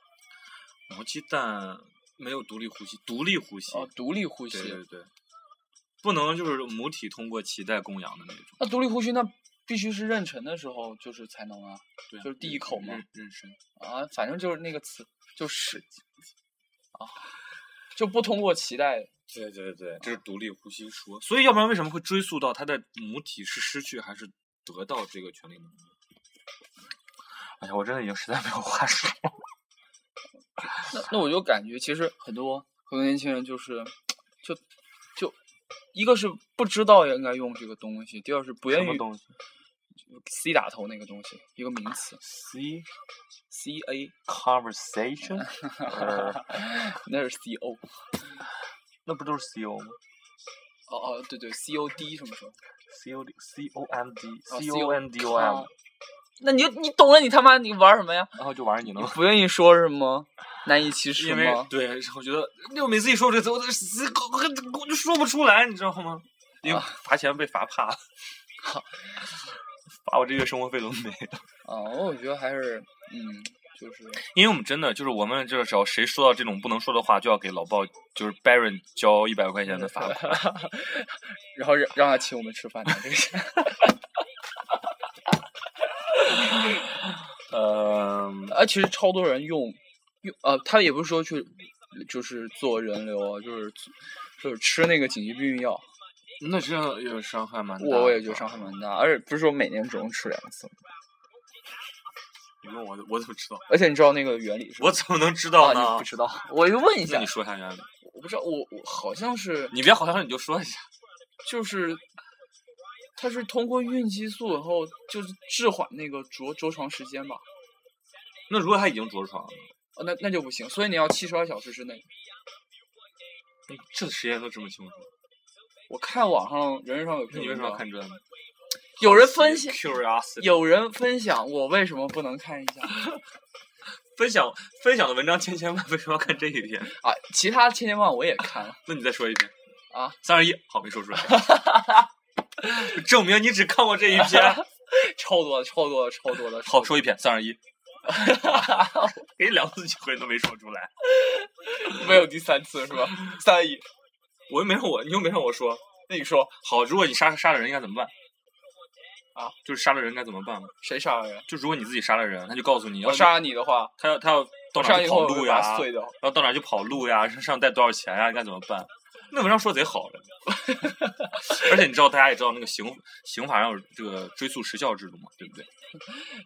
Speaker 3: 然后鸡蛋没有独立呼吸，独立呼吸，
Speaker 4: 哦，独立呼吸。
Speaker 3: 对对对，不能就是母体通过脐带供养的那种，
Speaker 4: 那独立呼吸那必须是妊娠的时候就是才能啊
Speaker 3: 对啊
Speaker 4: 就是第一口嘛
Speaker 3: 妊妊娠，
Speaker 4: 啊，反正就是那个词就是 啊，就不通过脐带
Speaker 3: 对对对，这是独立呼吸说，所以要不然为什么会追溯到它的母体是失去还是得到这个权利能力？哎呀，我真的已经实在没有话 说了。
Speaker 4: 那那我就感觉，其实很多很多年轻人就是，就就一个是不知道应该用这个东西，第二是不愿
Speaker 3: 什么
Speaker 4: 意
Speaker 3: 东西
Speaker 4: C 打头那个东西，一个名词
Speaker 3: C
Speaker 4: C A，
Speaker 3: conversation，呃
Speaker 4: 那是 C O，
Speaker 3: 那不都是 C O 吗
Speaker 4: 哦哦对对 C O D 什么什么
Speaker 3: ？C O D C O M D
Speaker 4: 哦
Speaker 3: C O N D O M，
Speaker 4: 啊那你就你懂了，你他妈你玩什么呀？
Speaker 3: 然后就玩意儿你能。
Speaker 4: 不愿意说是吗？难以启齿
Speaker 3: 因为
Speaker 4: 吗？
Speaker 3: 对，我觉得就每次一说这个词，我都我我我就说不出来，你知道吗？因为罚钱被罚 怕了，把我这月生活费都没了。
Speaker 4: 啊，我觉得还是嗯，就是
Speaker 3: 因为我们真的就是我们这个时候，谁说到这种不能说的话，就要给老鲍就是 Baron 交一百块钱的罚 款。
Speaker 4: 然后让让他请我们吃饭呢，这个是
Speaker 3: 呃，
Speaker 4: 啊，其实超多人用用呃，他也不是说去就是做人流啊，就是就是吃那个紧急避孕药，
Speaker 3: 那这样也伤害蛮大的。
Speaker 4: 我我也觉得伤害蛮大，而且不是说每年只能吃两次。
Speaker 3: 你问我，我怎么知道？
Speaker 4: 而且你知道那个原理是吧？
Speaker 3: 我怎么能知道
Speaker 4: 啊、你
Speaker 3: 呢
Speaker 4: 不？知道， 我就问一
Speaker 3: 那
Speaker 4: 下
Speaker 3: 你，说一下原理。
Speaker 4: 我不知道，我我好像是
Speaker 3: 你别好像你就说一下。
Speaker 4: 就是，它是通过孕激素，然后就是滞缓那个着着床时间吧。
Speaker 3: 那如果他已经着床了，
Speaker 4: 哦，那那就不行，所以你要七十二小时之内。
Speaker 3: 这实验都这么清楚，
Speaker 4: 我看网上人人上有
Speaker 3: 那
Speaker 4: 篇
Speaker 3: 你为
Speaker 4: 文
Speaker 3: 什么要
Speaker 4: 章，
Speaker 3: 看这呢？
Speaker 4: 有人分享，
Speaker 3: curiosity，
Speaker 4: 有人分享，我为什么不能看一下
Speaker 3: 分享分享的文章千千万，为什么要看这一篇？
Speaker 4: 啊？其他千千万万我也看了
Speaker 3: 那你再说一遍
Speaker 4: 啊，
Speaker 3: 三二一，好，没说出来，证明你只看过这一篇。
Speaker 4: 超多的超多的超多的。
Speaker 3: 好，说一遍，三二一， 给两次机会都没说出来，
Speaker 4: 没有第三次是吧？三一，
Speaker 3: 我又没让我，你又没让我说。
Speaker 4: 那你说
Speaker 3: 好，如果你杀杀了人应该怎么办？
Speaker 4: 啊，
Speaker 3: 就是杀了人应该怎么办嘛？
Speaker 4: 谁杀了人？
Speaker 3: 就如果你自己杀了人，他就告诉你要
Speaker 4: 我杀了你的话，
Speaker 3: 他要他要到
Speaker 4: 我
Speaker 3: 哪
Speaker 4: 杀
Speaker 3: 儿
Speaker 4: 了以
Speaker 3: 去
Speaker 4: 后
Speaker 3: 跑
Speaker 4: 我
Speaker 3: 路
Speaker 4: 会
Speaker 3: 呀
Speaker 4: 把，它碎掉。
Speaker 3: 然后到哪儿去跑路呀，身上带多少钱呀，应该怎么办？那文章说得贼好的， 而且你知道大家也知道那个刑刑法上有这个追诉时效制度嘛，对不对？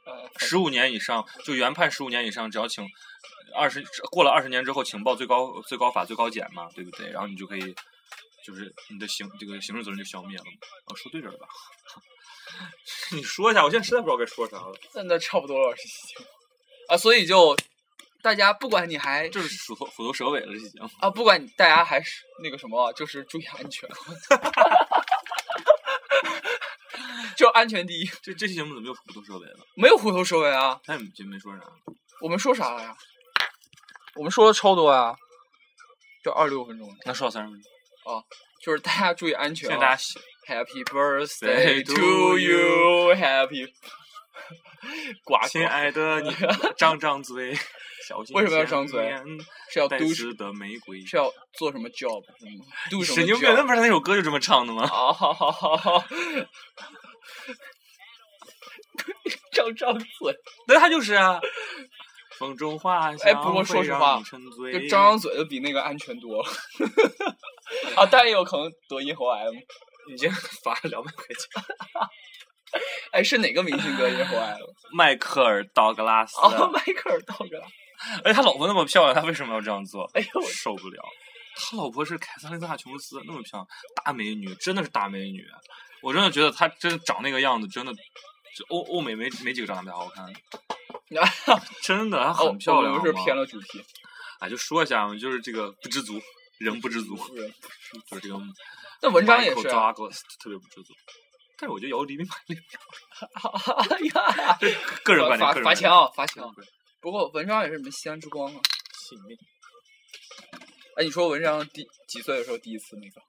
Speaker 4: 呃，
Speaker 3: 十五年以上就原判十五年以上，只要请二十过了二十年之后请报最高最高法最高检嘛，对不对？然后你就可以就是你的刑这个刑事责任就消灭了嘛。啊，说对这儿了吧？ 你说一下，我现在实在不知道该说啥了。
Speaker 4: 那那差不多了，这期节目啊，所以就大家不管你还
Speaker 3: 这是虎头虎头蛇尾了，这期节目。
Speaker 4: 啊，不管大家还是那个什么啊，就是注意安全， 就安全第一，
Speaker 3: 这这期节目怎么又虎头蛇尾了？
Speaker 4: 没有虎头蛇尾啊。
Speaker 3: 他也就没说啥。
Speaker 4: 我们说啥了呀？我们说了超多啊，就二十六分钟了，
Speaker 3: 那说到三十分钟，
Speaker 4: 就是大家注意安
Speaker 3: 现
Speaker 4: 全、
Speaker 3: 在
Speaker 4: 啊。
Speaker 3: 大家写
Speaker 4: Happy birthday
Speaker 3: to
Speaker 4: to you, happy 呱呱
Speaker 3: 亲爱 的你，张张嘴，小心
Speaker 4: 为什么要张嘴
Speaker 3: 前面
Speaker 4: 是要
Speaker 3: 带
Speaker 4: do
Speaker 3: 刺的玫瑰。
Speaker 4: 是要做什么 job 是吗？do 什么
Speaker 3: 神经病，那
Speaker 4: job？
Speaker 3: 不是那首歌就这么唱的吗？
Speaker 4: 啊，好好好好，张张嘴，
Speaker 3: 对，他就是啊。风中花香，
Speaker 4: 哎不过说实话，
Speaker 3: 沉
Speaker 4: 就
Speaker 3: 醉。
Speaker 4: 张张嘴就比那个安全多了。 啊，但也有可能得咽喉癌嘛。
Speaker 3: 你今天罚了两百块 钱。
Speaker 4: 哎，是哪个明星得咽喉癌了？
Speaker 3: 迈克尔·道格拉斯，
Speaker 4: 啊，迈克尔·道格拉。
Speaker 3: 哎，他老婆那么漂亮，他为什么要这样做？
Speaker 4: 哎呦，
Speaker 3: 受不了。他老婆是凯瑟琳·大琼斯，那么漂亮，大美女，真的是大美女。我真的觉得她真的长那个样子，真的，这欧欧美没没几个长得比她好 看的。真的，她
Speaker 4: 哦，
Speaker 3: 很漂亮。
Speaker 4: 我们是
Speaker 3: 好吗
Speaker 4: 偏了主题。
Speaker 3: 哎，就说一下嘛，就是这个不知足，人不知 足，
Speaker 4: 不是
Speaker 3: 就是这个。
Speaker 4: 那文章也是
Speaker 3: d
Speaker 4: 啊。
Speaker 3: o u 特别不知足，但是我觉得姚笛比马丽
Speaker 4: 哎 呀，
Speaker 3: 个人观点，
Speaker 4: 罚
Speaker 3: 个人
Speaker 4: 罚
Speaker 3: 观
Speaker 4: 钱
Speaker 3: 点
Speaker 4: 啊，罚钱啊！不过文章也是你们西安之光啊。
Speaker 3: 信命。
Speaker 4: 哎，你说文章第几岁的时候第一次那个？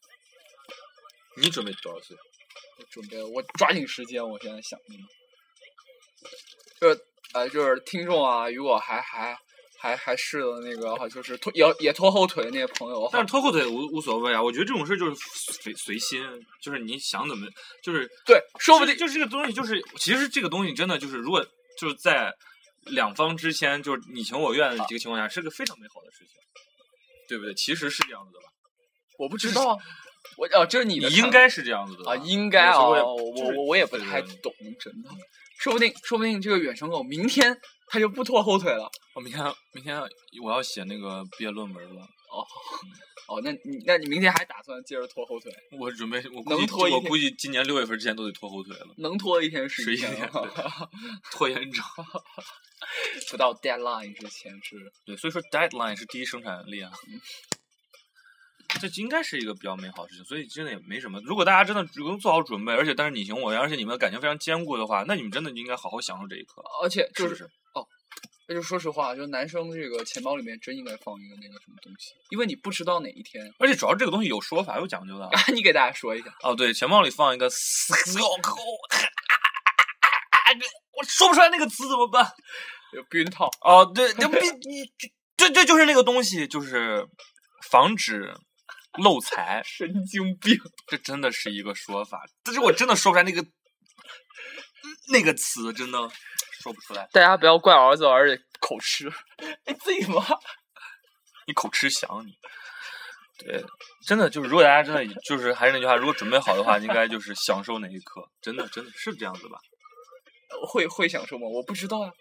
Speaker 3: 你准备多少岁？
Speaker 4: 我准备我抓紧时间，我现在想那个，就是呃，就是听众啊，如果还还还还是的那个哈，就是拖也也拖后腿的那些朋友
Speaker 3: 但
Speaker 4: 哈
Speaker 3: 是，脱裤腿无无所谓啊，我觉得这种事就是随随心，就是你想怎么，就是
Speaker 4: 对，说不定
Speaker 3: 就是这个东西，就是其实这个东西真的就是，如果就是在两方之间就是你情我愿的这个情况下，是个非常美好的事情，对不对？其实是这样子的吧？
Speaker 4: 我不知道啊，我啊，这是你
Speaker 3: 你
Speaker 4: 的
Speaker 3: 应
Speaker 4: 看
Speaker 3: 该是这样子的吧
Speaker 4: 啊，应该啊，
Speaker 3: 有
Speaker 4: 我
Speaker 3: 时候也就是
Speaker 4: 我我也不
Speaker 3: 对
Speaker 4: 太
Speaker 3: 对对
Speaker 4: 懂，真的，说不定说不定这个远程狗明天他就不拖后腿了。
Speaker 3: 我明天明天我要写那个毕业论文了，
Speaker 4: 哦，那你那你明天还打算接着拖后腿？
Speaker 3: 我准备我估
Speaker 4: 能
Speaker 3: 计
Speaker 4: 拖一
Speaker 3: 我
Speaker 4: 天
Speaker 3: 估计今年六月份之前都得拖后腿了，
Speaker 4: 能拖一天是
Speaker 3: 是一
Speaker 4: 一
Speaker 3: 天
Speaker 4: 啊
Speaker 3: 拖延症。
Speaker 4: 不到 deadline 之前是
Speaker 3: 对，所以说 deadline 是第一生产力啊。
Speaker 4: 嗯
Speaker 3: 这应该是一个比较美好的事情，所以真的也没什么。如果大家真的能做好准备，而且但是你情我愿，而且你们的感情非常坚固的话，那你们真的就应该好好享受这一刻，啊
Speaker 4: 而且就是是
Speaker 3: 不是？
Speaker 4: 那就说实话，就男生这个钱包里面真应该放一个那个什么东西，因为你不知道哪一天。
Speaker 3: 而且主要这个东西有说法，有讲究的。
Speaker 4: 啊，你给大家说一下，
Speaker 3: 哦，对，钱包里放一个 我说不出来那个词怎么办？
Speaker 4: 有避孕套
Speaker 3: 哦，对，那 必你对对，就是那个东西，就是防止漏财。
Speaker 4: 神经病，
Speaker 3: 这真的是一个说法，但是我真的说不出来那个那个词，真的说不出来。
Speaker 4: 大家不要怪儿子，儿子口吃， 哎，自己妈，
Speaker 3: 你口吃翔你。对，真的就是，如果大家真的就是还是那句话，如果准备好的话，应该就是享受那一刻，真的真的是这样子吧？
Speaker 4: 会会享受吗？我不知道啊。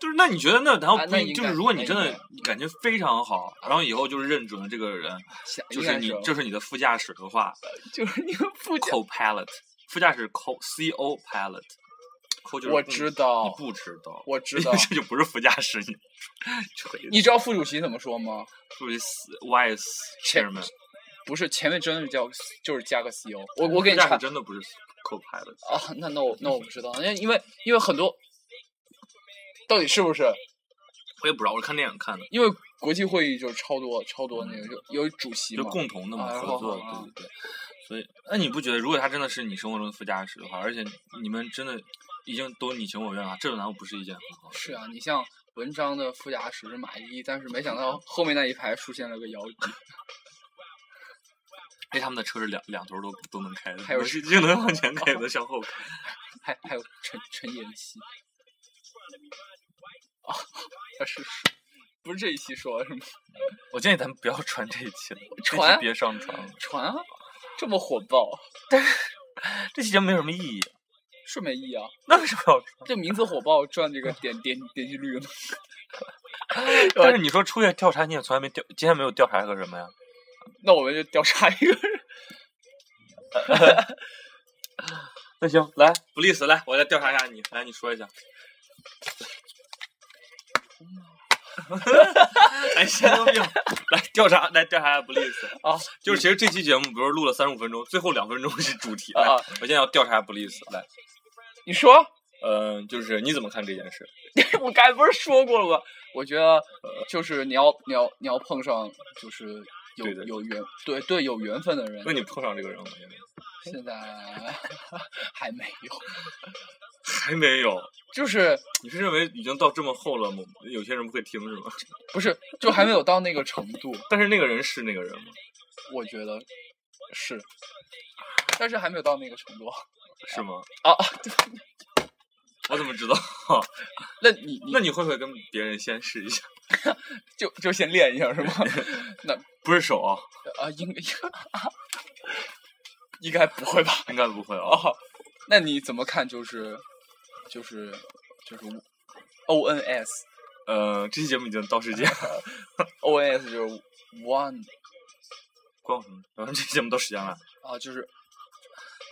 Speaker 3: 就是那你觉得那然后
Speaker 4: 啊
Speaker 3: 不
Speaker 4: 那
Speaker 3: 一
Speaker 4: 应
Speaker 3: 就是
Speaker 4: 该
Speaker 3: 如果
Speaker 4: 那
Speaker 3: 你真
Speaker 4: 应
Speaker 3: 的
Speaker 4: 该
Speaker 3: 感觉非常好，然后以后就是认准了这个人，
Speaker 4: 想
Speaker 3: 就是
Speaker 4: 哦
Speaker 3: 你就是你的副驾驶的话
Speaker 4: 就是你们不讲，
Speaker 3: ，co-pilot，副驾驶 co c o pilot。co 就是
Speaker 4: 我
Speaker 3: 不
Speaker 4: 知道
Speaker 3: 你不知道，
Speaker 4: 我知道。
Speaker 3: 这就不是副驾驶，你锤子
Speaker 4: 你知道副主席怎么说吗？
Speaker 3: 属于 vice chairman，
Speaker 4: 不是，前面真的是叫就是加个 CEO。我我给
Speaker 3: 副
Speaker 4: 你
Speaker 3: 驾驶
Speaker 4: 查
Speaker 3: 真的不是 co-pilot。
Speaker 4: 啊，那那我那我不知道，因为因为因为很多到底是不是？
Speaker 3: 我也不知道，我是看电影看的，
Speaker 4: 因为国际会议就是超多超多那个有有主席
Speaker 3: 就
Speaker 4: 嘛，
Speaker 3: 共同的嘛，
Speaker 4: 啊
Speaker 3: 合
Speaker 4: 好
Speaker 3: 作，
Speaker 4: 好好
Speaker 3: 对对对。所以，那你不觉得，如果他真的是你生活中的副驾驶的话，而且你们真的已经都你情我愿了，这难道不是一件很好的事？
Speaker 4: 是啊，你像文章的副驾驶是马伊，但是没想到后面那一排出现了个姚笛，
Speaker 3: 因为他们的车是两两头都都能开的，
Speaker 4: 还有
Speaker 3: 是既能向前开，也能向后 开。
Speaker 4: 还还有陈陈妍希。啊， 是是，不是这一期说什么
Speaker 3: 我建议咱们不要传这一期了，这期
Speaker 4: 传
Speaker 3: 别上传了，
Speaker 4: 传啊，这么火爆，啊
Speaker 3: 这期节目没有什么意义，
Speaker 4: 是没意义啊。
Speaker 3: 那为什么要传？
Speaker 4: 这名字火爆赚这个点点点击率呢？
Speaker 3: 但是你说出去调查，你也从来没调，今天没有调查个什么呀？
Speaker 4: 那我们就调查一个人。
Speaker 3: 那行，来，不利斯，来，我来调查一下你，来，你说一 下。哎，神经病！来调查，来调查一下不利 斯
Speaker 4: 啊！
Speaker 3: 就是其实这期节目，比如说录了三十五分钟，最后两分钟是主题。
Speaker 4: 啊
Speaker 3: 来，我现在要调查一下不利斯。来，
Speaker 4: 你说，
Speaker 3: 嗯、就是你怎么看这件事？
Speaker 4: 我刚才不是说过了吗？我觉得就是你要你要你要碰上就是有
Speaker 3: 对的
Speaker 4: 有缘对对有缘分的人
Speaker 3: 那，你碰上这个人了吗？现在
Speaker 4: 现在 还没有，
Speaker 3: 还没有？
Speaker 4: 就是
Speaker 3: 你是认为已经到这么后了吗？有些人不会听是吗？
Speaker 4: 不是就还没有到那个程度，
Speaker 3: 但是那个人是那个人吗？
Speaker 4: 我觉得是，但是还没有到那个程度啊。
Speaker 3: 是吗？
Speaker 4: 对
Speaker 3: 我怎么知道？
Speaker 4: 那你你
Speaker 3: 那你会不会跟别人先试一下？
Speaker 4: 就就先练一下是吗？那
Speaker 3: 不是手啊，
Speaker 4: 啊应该 应该不会吧？
Speaker 3: 应该不会啊。
Speaker 4: 哦，那你怎么看？就是，就是，就是，O N S
Speaker 3: 呃，这期节目已经到时间，
Speaker 4: O N S 就是 one
Speaker 3: 关我什么？然后呃这期节目到时间了
Speaker 4: 啊，就是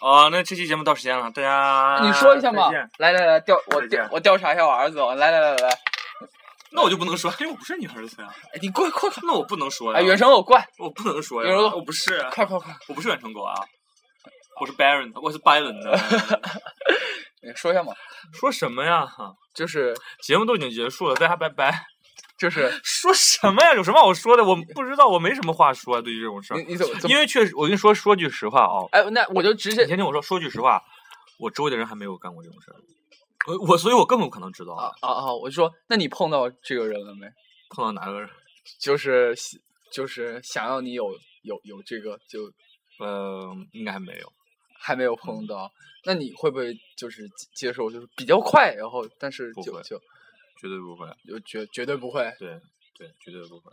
Speaker 3: 啊，那这期节目到时间了，大家
Speaker 4: 你说一下嘛
Speaker 3: 啊再见。
Speaker 4: 来来来，调我
Speaker 3: 再
Speaker 4: 调
Speaker 3: 见
Speaker 4: 我调查一下我儿子哦。来来来来，
Speaker 3: 那我就不能说，因为我不是你儿子呀。
Speaker 4: 哎，你过来过来，
Speaker 3: 那我不能说呀，
Speaker 4: 哎，原生偶过来，
Speaker 3: 我不能说
Speaker 4: 原
Speaker 3: 呀，
Speaker 4: 生
Speaker 3: 我不是，啊
Speaker 4: 快快快，
Speaker 3: 我不是远程狗啊，我是 Baron，我是 Byron 的。
Speaker 4: 哎说一下嘛，
Speaker 3: 说什么呀？
Speaker 4: 就是
Speaker 3: 节目都已经结束了，大家拜拜。
Speaker 4: 就是
Speaker 3: 说什么呀？有什么好说的？我不知道，我没什么话说、啊、对于这种事儿
Speaker 4: 你，你怎么怎么
Speaker 3: 因？为确实，我跟你说，说句实话啊、
Speaker 4: 哎，那我就直接
Speaker 3: 你先听我说，说句实话，我周围的人还没有干过这种事儿，我我所以，我根本不可能知道
Speaker 4: 啊啊啊！我就说，那你碰到这个人了没？
Speaker 3: 碰到哪个人。
Speaker 4: 就是喜就是想要你有有有这个就
Speaker 3: 呃，应该还没有。
Speaker 4: 还没有
Speaker 3: 嗯
Speaker 4: 碰到，那你会不会就是接接受就是比较快，然后但是
Speaker 3: 不
Speaker 4: 就
Speaker 3: 会
Speaker 4: 就
Speaker 3: 绝对不会，
Speaker 4: 就绝绝对不会
Speaker 3: 对对，绝对不会，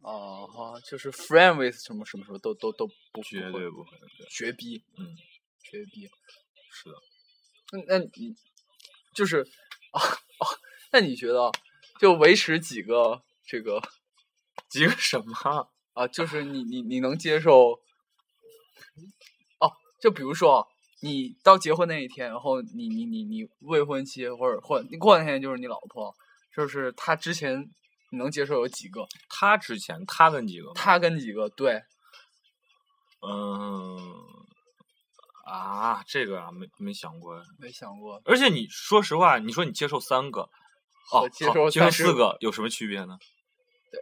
Speaker 4: 哦，哈，就是 friend with 什么什么什么都都都不
Speaker 3: 绝
Speaker 4: 不
Speaker 3: 对
Speaker 4: 会
Speaker 3: 不会，对，
Speaker 4: 绝逼，
Speaker 3: 嗯，
Speaker 4: 绝逼。
Speaker 3: 是的，
Speaker 4: 那那你就是 啊啊，那你觉得就维持几个这个
Speaker 3: 几个什么？
Speaker 4: 啊，就是你你你能接受？哦，就比如说啊你到结婚那一天，然后你你你你未婚妻或者或者你过两天就是你老婆，就是她之前你能接受有几个？
Speaker 3: 他之前他跟几个吗？
Speaker 4: 她跟几个？对，
Speaker 3: 嗯啊，这个啊，没没想过。
Speaker 4: 没想过
Speaker 3: 而且你说实话，你说你接受三个，哦
Speaker 4: 和，接
Speaker 3: 好
Speaker 4: 受
Speaker 3: 接受
Speaker 4: 30
Speaker 3: 四个有什么区别呢？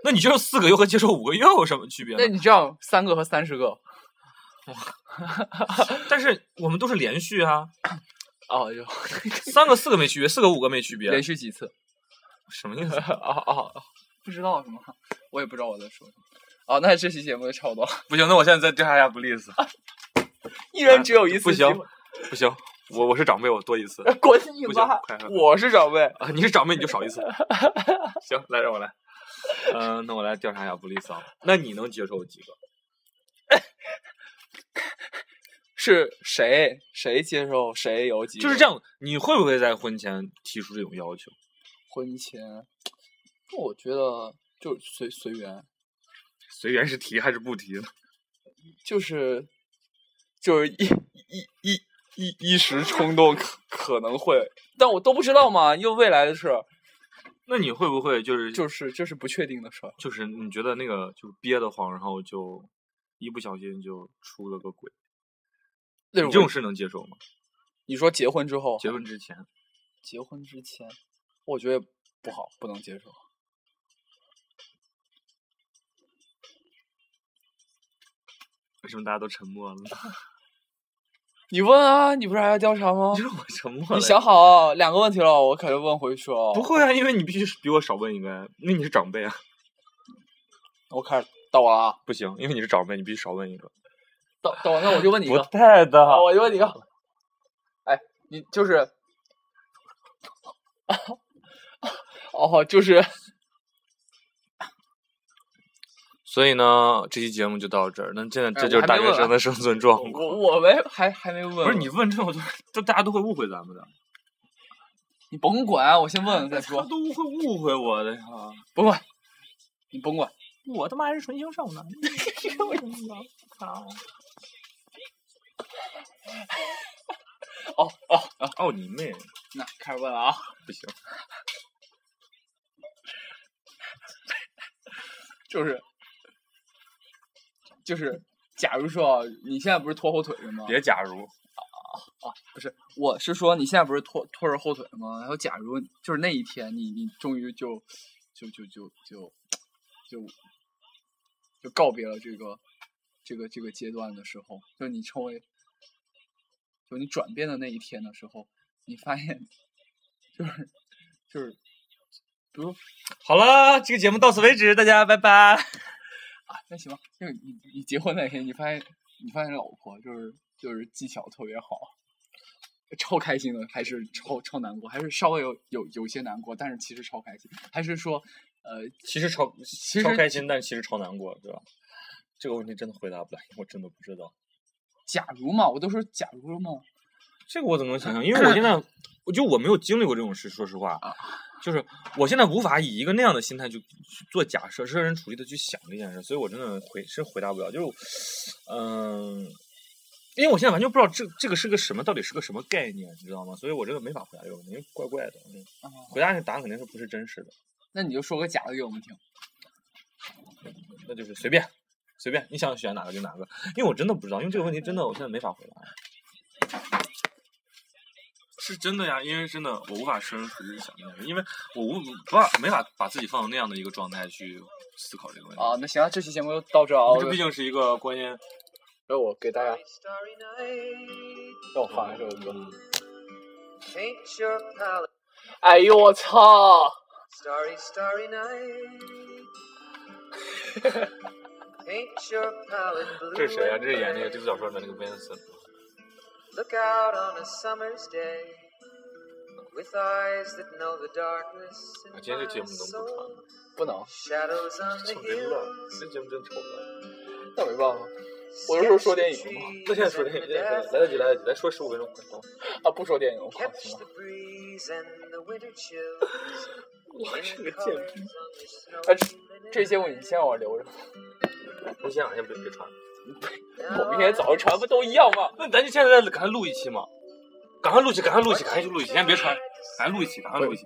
Speaker 3: 那你接受四个又和接受五个又有什么区别
Speaker 4: 那
Speaker 3: 呢？
Speaker 4: 你这样三个和三十个，
Speaker 3: 但是我们都是连续啊，
Speaker 4: 哦， 就
Speaker 3: 三个四个没区别，四个五个没区别，
Speaker 4: 连续几次？
Speaker 3: 什么意思？
Speaker 4: 哦哦，哦不知道什么，我也不知道我在说什么。哦，那这期节目就差不多了，
Speaker 3: 不行，那我现在再调查一下不利 斯。
Speaker 4: 一人只有一次
Speaker 3: 不
Speaker 4: 机
Speaker 3: 行
Speaker 4: 会。，
Speaker 3: 不行，我我是长辈，我多一次
Speaker 4: 滚你
Speaker 3: 不行
Speaker 4: 妈
Speaker 3: 快快！
Speaker 4: 我是长辈。
Speaker 3: 啊，你是长辈你就 少一次。行，来让我来，嗯、那我来调查一下布利斯啊。那你能接受几个？
Speaker 4: 是谁谁接受谁有几个，
Speaker 3: 就是这样，你会不会在婚前提出这种要求？
Speaker 5: 婚前，我觉得就随随缘，
Speaker 3: 随缘是提还是不提呢？
Speaker 4: 就是就是一一一一一时冲动可可能会，但我都不知道嘛，因为未来的事儿
Speaker 3: 那你会不会就是
Speaker 4: 就是这是不确定的事儿。
Speaker 3: 就是你觉得那个就憋得慌，然后就一不小心就出了个轨，
Speaker 4: 那
Speaker 3: 你这种事能接受吗？
Speaker 4: 你说结婚之后，
Speaker 3: 结婚之前，
Speaker 4: 结婚之前，我觉得不好，不能接受。
Speaker 3: 为什么大家都沉默了呢？
Speaker 4: 你问啊，你不是还要调查吗？
Speaker 3: 就是我沉默了。
Speaker 4: 你想好啊两个问题了，我可就问回去了。
Speaker 3: 不，会啊？因为你必须是比我少问一个呀，因为你是长辈啊。
Speaker 4: 我开始到我了啊，
Speaker 3: 不行，因为你是长辈，你必须少问一个。
Speaker 4: 到到我那我就问你一
Speaker 3: 不
Speaker 4: 个，
Speaker 3: 太的哦
Speaker 4: 啊我就问你一个， 哎，你就是， 哦，就是
Speaker 3: 所以呢，这期节目就到这儿。那真的，
Speaker 4: 哎
Speaker 3: 这就是
Speaker 4: 我还
Speaker 3: 大
Speaker 4: 没
Speaker 3: 学
Speaker 4: 问
Speaker 3: 生的生存状况。
Speaker 4: 我我没还还没问，
Speaker 3: 不是你，问这种，就大家都会误会咱们的。
Speaker 4: 你甭管，啊我先问了再说，
Speaker 3: 都会误会我的呀！
Speaker 4: 甭管，你甭管，
Speaker 3: 我他妈还是纯情少男， 为什么？操！
Speaker 4: 哦哦，
Speaker 3: 哦，你妹！
Speaker 4: 那开始问了啊，
Speaker 3: 不行，
Speaker 4: 就是就是，假如说啊你现在不是拖后腿的吗？
Speaker 3: 别假如。
Speaker 4: 不是，我是说你现在不是拖拖着后腿吗？然后假如就是那一天你，你终于就就就就就就就告别了这个这个这个阶段的时候，就你成为就你转变的那一天的时候，你发现 就是就是，比如
Speaker 3: 好了，这个节目到此为止，大家拜拜。
Speaker 4: 啊，那行吧，就是你你结婚那天，你发现你发现老婆就是就是技巧特别好，超开心的，还是超超难过，还是稍微有有有些难过，但是其实超开心，还是说呃
Speaker 3: 其实超
Speaker 4: 其实
Speaker 3: 超开心，但其实超难过，是吧？这个问题真的回答不来，我真的不知道。
Speaker 4: 假如嘛，我都说假如嘛，
Speaker 3: 这个我怎么能想象？因为我现在，我就我没有经历过这种事，说实话，就是我现在无法以一个那样的心态去去做假设、设身处地的去想这件事，所以我真的回是回答不了。就是，嗯、因为我现在完全不知道这这个是个什么，到底是个什么概念，你知道吗？所以我真的没法回答这个问题，因为怪怪的。嗯
Speaker 4: 啊
Speaker 3: 回答是答案肯定是不是真实的，
Speaker 4: 那你就说个假的给我们听。
Speaker 3: 那就是随便。随便你想选哪个就哪个，因为我真的不知道，因为这个问题真的我现在没法回答。是真的呀，因为真的我无法设身处地想那个，因为我无不法没法把自己放到那样的一个状态去思考这个问题。
Speaker 4: 啊，那行啊，这期节目就到这儿啊，
Speaker 3: 这毕竟是一个关键。
Speaker 4: 让我给大家
Speaker 1: Starry night,
Speaker 4: 让我放一首歌。
Speaker 1: paint your palette.
Speaker 4: 哎呦我操！
Speaker 1: Starry, starry night. paint your palette blue.
Speaker 3: 这是谁呀、这是演那个
Speaker 1: and
Speaker 3: 《蜘蛛小说》里面那个威恩斯。
Speaker 1: gray. Look out on a summer's day with eyes that know the darkness.
Speaker 3: 啊
Speaker 1: In
Speaker 3: 今天这
Speaker 1: my
Speaker 3: 节目能不
Speaker 1: soul.
Speaker 3: 传吗？
Speaker 4: 不能，
Speaker 1: Shadows on
Speaker 3: 操
Speaker 1: the
Speaker 3: 人了
Speaker 1: hill.，
Speaker 3: 这节目真丑了。
Speaker 4: 那没办法我这时候说电影嘛
Speaker 3: 那现在说这个，现在说来得及，来得及，再说十五分钟，快说。
Speaker 4: 啊，不说电影，我放
Speaker 1: Catch
Speaker 4: 心吧
Speaker 1: the breeze and the winter chills.
Speaker 3: 我
Speaker 1: in
Speaker 3: 是
Speaker 1: the
Speaker 3: 个
Speaker 1: colors
Speaker 3: 贱
Speaker 1: on
Speaker 3: 逼。
Speaker 1: the snow
Speaker 4: 哎，这
Speaker 1: linen
Speaker 4: 这节目你先让我留着，
Speaker 3: 你先想，先别别传。
Speaker 4: 我明天早上传不都一样吗？
Speaker 3: 那咱就现在赶快录一期嘛，赶快录一期，赶快录一期，赶快去录一期，先别传，赶快录一期，赶快录一期。